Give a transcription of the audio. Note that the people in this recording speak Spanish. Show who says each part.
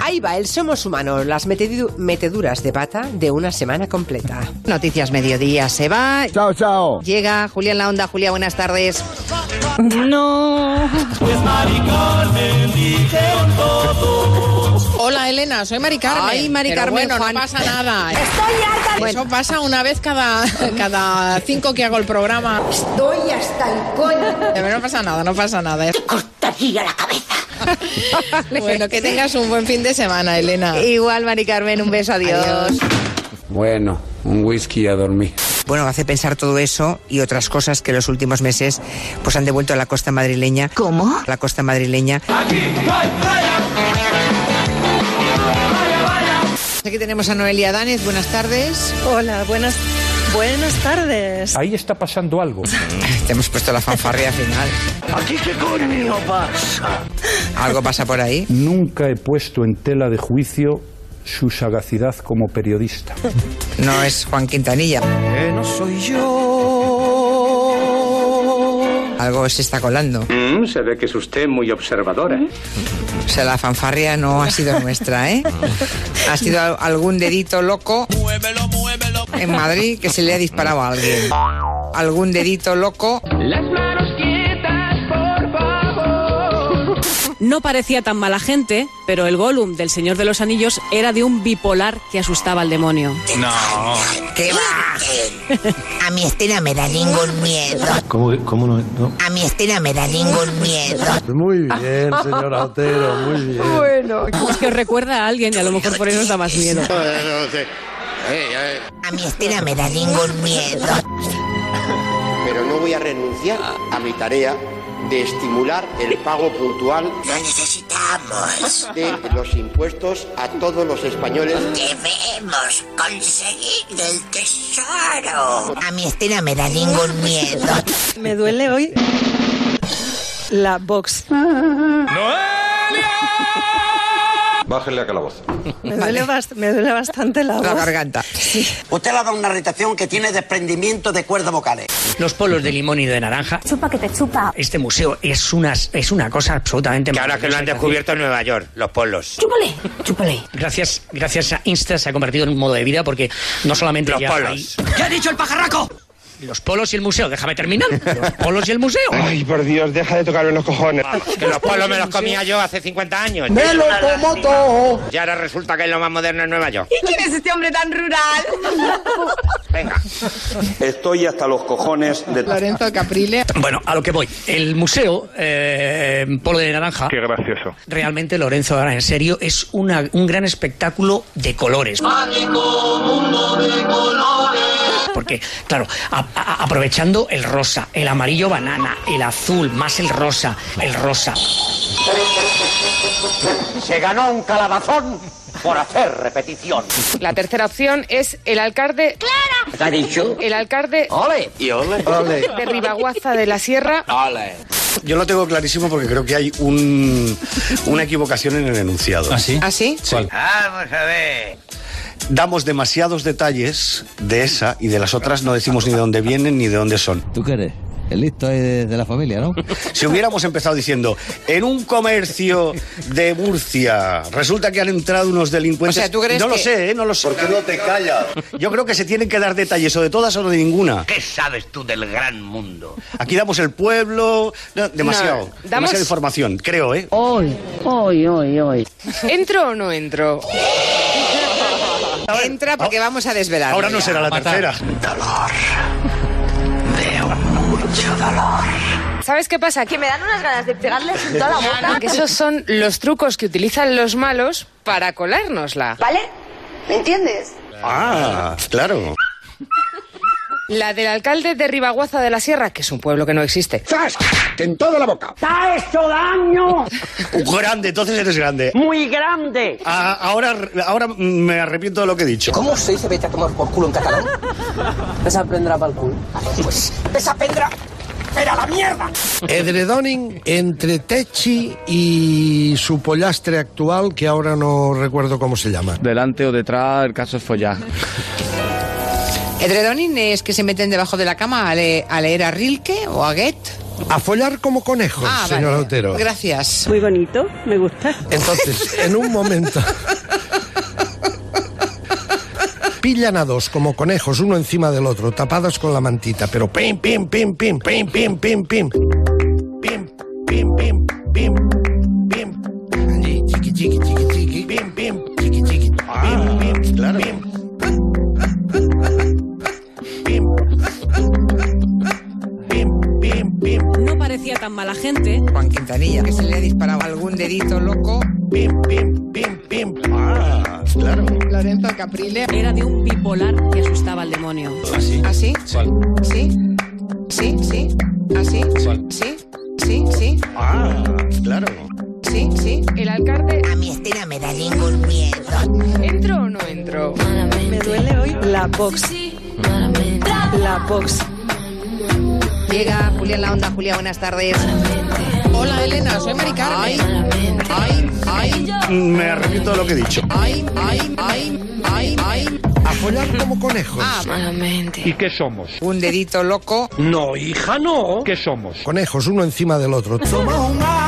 Speaker 1: Ahí va, el Somos Humanos, las metedu- meteduras de pata de una semana completa.
Speaker 2: Noticias Mediodía se va.
Speaker 3: Chao, chao.
Speaker 2: Llega Julia en la onda. Julia, buenas tardes.
Speaker 4: No.
Speaker 5: Hola Elena, soy Mari Carmen.
Speaker 2: Ay, Mari
Speaker 5: Pero
Speaker 2: Carmen,
Speaker 5: bueno,
Speaker 2: Juan.
Speaker 5: no pasa nada. Estoy harta. Eso pasa una vez cada, cada cinco que hago el programa. Estoy hasta el coño. Pero no pasa nada, no pasa nada. Te cortaría la cabeza. bueno, que tengas un buen fin de semana, Elena.
Speaker 2: Igual, Mari Carmen, un beso, adiós.
Speaker 6: Bueno, un whisky a dormir.
Speaker 2: Bueno, hace pensar todo eso y otras cosas que los últimos meses pues han devuelto a la costa madrileña.
Speaker 4: ¿Cómo?
Speaker 2: La costa madrileña. Aquí tenemos a Noelia Danes, buenas tardes.
Speaker 4: Hola, buenas, buenas tardes.
Speaker 7: Ahí está pasando algo.
Speaker 2: Te hemos puesto la fanfarria final. Algo pasa por ahí.
Speaker 7: Nunca he puesto en tela de juicio su sagacidad como periodista.
Speaker 2: No es Juan Quintanilla.
Speaker 7: no soy yo.
Speaker 2: Algo se está colando.
Speaker 6: Mm, se ve que es usted muy observadora.
Speaker 2: O sea, la fanfarria no ha sido nuestra, ¿eh? Ha sido al- algún dedito loco en Madrid que se le ha disparado a alguien. Algún dedito loco.
Speaker 8: No parecía tan mala gente, pero el Gollum del Señor de los Anillos era de un bipolar que asustaba al demonio.
Speaker 2: ¿Qué va?
Speaker 9: A mi Estela me da ningún miedo.
Speaker 10: ¿Cómo, cómo no, no?
Speaker 9: A mi Estela me da ningún miedo.
Speaker 3: Muy bien, señora Otero, muy bien.
Speaker 8: Es que os recuerda a alguien y a lo mejor por eso os da más miedo.
Speaker 9: A mi Estela me da ningún miedo.
Speaker 11: pero no voy a renunciar a mi tarea de estimular el pago puntual
Speaker 9: Lo necesitamos.
Speaker 11: de los impuestos a todos los españoles.
Speaker 9: Debemos conseguir el tesoro. A mi Estela me da ningún miedo.
Speaker 4: Me duele hoy la box.
Speaker 10: Bájenle a calabozo.
Speaker 4: Me duele, bast- me duele bastante la
Speaker 2: La
Speaker 4: voz.
Speaker 2: garganta.
Speaker 11: Usted la da una irritación que tiene desprendimiento de cuerdas vocales.
Speaker 5: Los polos de limón y de naranja. Chupa que te chupa. Este museo es una, es una cosa absolutamente
Speaker 11: en Nueva York, los polos.
Speaker 5: Gracias, gracias a Insta se ha convertido en un modo de vida porque no solamente
Speaker 11: Los
Speaker 5: ya
Speaker 11: polos.
Speaker 5: hay- ¿Qué ha dicho el pajarraco? Los polos y el museo, déjame terminar. Los polos y el museo.
Speaker 10: Ay, por Dios, deja de tocarme los cojones.
Speaker 11: Ah, Que los polos me los comía yo hace 50 años.
Speaker 3: ¡Me lo como todo!
Speaker 11: Y ahora resulta que es lo más moderno en Nueva York.
Speaker 4: ¿Y quién es este hombre tan rural?
Speaker 11: Venga.
Speaker 10: Estoy hasta los cojones de...
Speaker 5: Lorenzo Caprile.
Speaker 11: Bueno, a lo que voy. El museo eh, Polo de Naranja,
Speaker 10: Qué gracioso.
Speaker 11: realmente Lorenzo, ahora en serio, es una- un gran espectáculo de colores. Porque, claro, a- a- aprovechando el rosa, el amarillo banana, el azul, más el rosa, el rosa. Se ganó un calabazón por hacer repetición.
Speaker 5: La tercera opción es el alcalde,
Speaker 11: ¿Qué ha dicho?
Speaker 5: el alcalde
Speaker 11: ¡Ole! Y ole. Ole.
Speaker 5: de Ribaguaza de la Sierra.
Speaker 11: Ole.
Speaker 3: Yo lo tengo clarísimo porque creo que hay un, una equivocación en el enunciado.
Speaker 2: ¿Ah, sí?
Speaker 11: Vamos a ver.
Speaker 3: Damos demasiados detalles de esa y de las otras no decimos ni de dónde vienen ni de dónde son.
Speaker 6: ¿Tú qué eres? El listo es de, de la familia, ¿no?
Speaker 3: Si hubiéramos empezado diciendo, en un comercio de Murcia resulta que han entrado unos delincuentes...
Speaker 2: O sea, ¿tú crees
Speaker 3: no lo
Speaker 2: que-
Speaker 3: sé, ¿eh? no lo sé. ¿Por qué no te callas? Yo creo que se tienen que dar detalles o de todas o de ninguna.
Speaker 11: ¿Qué sabes tú del gran mundo?
Speaker 3: Aquí damos el pueblo... no, demasiado.
Speaker 5: No, damos-
Speaker 3: Demasiada información, creo, ¿eh?
Speaker 5: ¿Entro o no entro?
Speaker 2: Entra porque vamos a desvelar.
Speaker 3: Ahora no será la tercera.
Speaker 5: ¿Sabes qué pasa? Que me dan unas ganas de pegarles en toda la boca. Que esos son los trucos que utilizan los malos para colárnosla.
Speaker 9: ¿Vale? ¿Me entiendes?
Speaker 3: Ah, claro.
Speaker 5: La del alcalde de Ribaguaza de la Sierra, que es un pueblo que no existe.
Speaker 3: ¡Zas! En toda la boca.
Speaker 5: ¡Ha hecho daño!
Speaker 3: Grande, entonces eres grande.
Speaker 5: ¡Muy grande!
Speaker 3: A- ahora, ahora mm, me arrepiento de lo que he dicho.
Speaker 11: ¿Cómo se dice vete a tomar por culo en catalán?
Speaker 5: Esa prendrá para el culo.
Speaker 11: Pues esa pendra era la mierda.
Speaker 3: Edredoning entre Techi y su pollastre actual, que ahora no recuerdo cómo se llama.
Speaker 6: Delante o detrás, el caso es follar.
Speaker 2: ¿Edredonin es que se meten debajo de la cama a, le- a leer a Rilke o a Goethe?
Speaker 3: A follar como conejos,
Speaker 2: Ah, vale.
Speaker 3: señor Otero.
Speaker 2: Gracias.
Speaker 12: Muy bonito, me gusta.
Speaker 3: Entonces, en un momento. Pillan a dos como conejos, uno encima del otro, tapados con la mantita, pero pim, pim, pim, pim, pim, pim, pim, pim. Pim, pim, pim, pim, pim. Allí, chiqui, chiqui, chiqui, chiqui. Pim, pim, chiqui, chiqui. Pim, pim, pim.
Speaker 8: No parecía tan mala gente.
Speaker 2: Juan Quintanilla, que se le disparaba algún dedito loco.
Speaker 3: Pim, pim, pim, pim. Ah, claro.
Speaker 5: Lorenzo Caprile.
Speaker 8: Era de un bipolar que asustaba al demonio.
Speaker 2: ¿Así? ¿Así? ¿Sí? ¿Sí? ¿Sí? ¿Así? ¿Sí? ¿Sí? ¿Sí?
Speaker 3: Ah, claro.
Speaker 2: ¿Sí? ¿Sí?
Speaker 9: El alcalde. A mí este no me da ningún miedo.
Speaker 5: ¿Entro o no entro?
Speaker 4: Me duele hoy la box. La box.
Speaker 13: Llega Julia en la onda. Julia, buenas tardes.
Speaker 5: Hola, Elena, soy Mari Carmen.
Speaker 13: Ay, ay,
Speaker 14: Me arrepiento de lo que he dicho.
Speaker 13: ay, ay, ay, ay, ay.
Speaker 3: A follar como conejos.
Speaker 7: ¿Y qué somos?
Speaker 2: Ah, Un dedito loco.
Speaker 3: No, hija, no.
Speaker 7: ¿Qué somos?
Speaker 3: Conejos, uno encima del otro. Toma una.